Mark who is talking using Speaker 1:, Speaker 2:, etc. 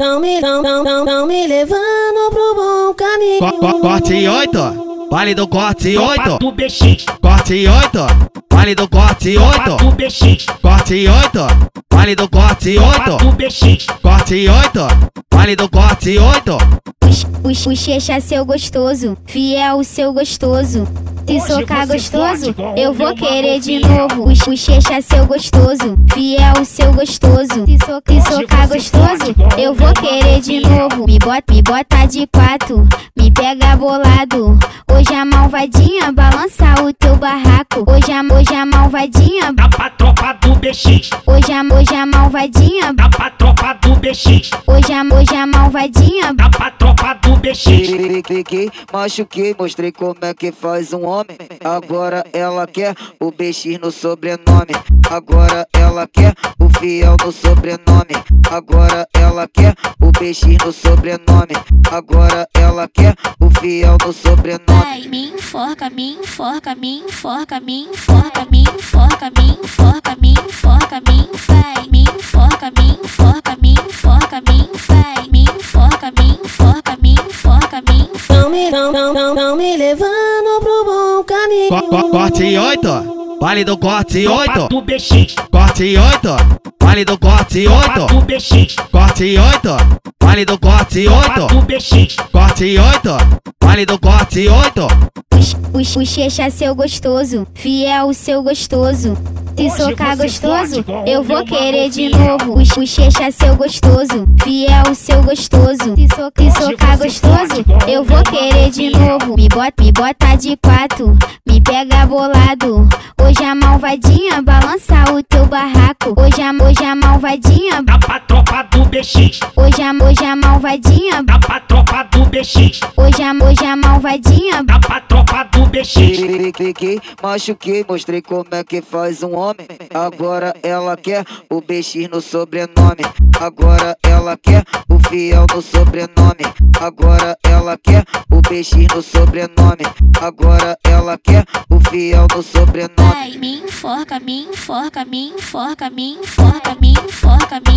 Speaker 1: Tão me, tão, tão, tão, tão me levando pro bom caminho.
Speaker 2: Co- co- corte 8, vale do corte 8,
Speaker 3: Papo BX,
Speaker 2: corte 8, vale do corte 8,
Speaker 3: Papo BX,
Speaker 2: corte 8, vale do corte 8,
Speaker 3: Papo BX,
Speaker 2: corte 8, vale do corte 8.
Speaker 4: O, o Checha seu gostoso, fiel seu gostoso. Se
Speaker 3: Hoje
Speaker 4: socar
Speaker 3: você pode
Speaker 4: gostoso,
Speaker 3: com
Speaker 4: eu
Speaker 3: o
Speaker 4: vou
Speaker 3: meu
Speaker 4: querer
Speaker 3: mamão
Speaker 4: de
Speaker 3: fiel.
Speaker 4: novo. O, o Checha seu gostoso, fiel seu gostoso. Se, so- se
Speaker 3: Hoje
Speaker 4: socar
Speaker 3: você pode
Speaker 4: gostoso,
Speaker 3: com
Speaker 4: eu
Speaker 3: o
Speaker 4: vou
Speaker 3: meu
Speaker 4: querer de
Speaker 3: mamão fiel.
Speaker 4: novo. Me bota, me bota de quatro, me pega bolado. Hoje a malvadinha balança o teu barraco. Hoje a, hoje a malvadinha,
Speaker 3: dá pra tropa do BX,
Speaker 4: hoje a, hoje a malvadinha,
Speaker 3: dá pra tropa do BX,
Speaker 4: hoje a, hoje a malvadinha.
Speaker 3: dá pra tropa do BX.
Speaker 5: Cliquei, machuquei, mostrei como é que faz um homem. Agora ela quer o BX no sobrenome. Agora ela quer o fiel no sobrenome. Agora ela quer o BX no sobrenome. Agora ela quer o fiel no sobrenome.
Speaker 6: Vai, me enforca, me enforca, me enforca, me enforca, me enforca, me enforca, me enforca, me vai, me enforca, me enforca, me enforca, me vai, me enforca, me enforca, me enforca, me enforca.
Speaker 1: Tão me, tão, tão, tão, tão me levando pro bom caminho.
Speaker 2: Co- co- corte 8, vale do corte 8,
Speaker 3: Papo BX,
Speaker 2: corte 8, vale do corte 8,
Speaker 3: Papo BX,
Speaker 2: corte 8, vale do corte 8,
Speaker 3: Papo BX,
Speaker 2: corte 8, vale do corte 8.
Speaker 4: O o Checha é seu gostoso, fiel seu gostoso. Se
Speaker 3: Hoje
Speaker 4: socar
Speaker 3: você pode
Speaker 4: gostoso,
Speaker 3: com
Speaker 4: eu
Speaker 3: o
Speaker 4: vou
Speaker 3: meu
Speaker 4: querer
Speaker 3: mamão
Speaker 4: de
Speaker 3: fiel.
Speaker 4: novo. O Checha é seu gostoso, fiel seu gostoso. Se so- se
Speaker 3: Hoje
Speaker 4: socar
Speaker 3: você pode
Speaker 4: gostoso,
Speaker 3: com o meu
Speaker 4: eu vou querer
Speaker 3: mamão
Speaker 4: de
Speaker 3: fiel.
Speaker 4: novo. Me bota, me bota de quatro, me pega bolado. Hoje a malvadinha balança o teu barraco. Hoje a, hoje a malvadinha,
Speaker 3: dá pra tropa do BX,
Speaker 4: hoje a, hoje a malvadinha,
Speaker 3: dá pra tropa do BX,
Speaker 4: hoje a, hoje a malvadinha.
Speaker 3: dá pra tropa do BX.
Speaker 5: Cliquei, machuquei, mostrei como é que faz um homem. Agora ela quer o BX no sobrenome. Agora ela quer o fiel no sobrenome. Agora ela quer o BX no sobrenome. Agora ela quer o fiel no sobrenome.
Speaker 6: Vai, me enforca, me enforca, me enforca, me enforca, me enforca, me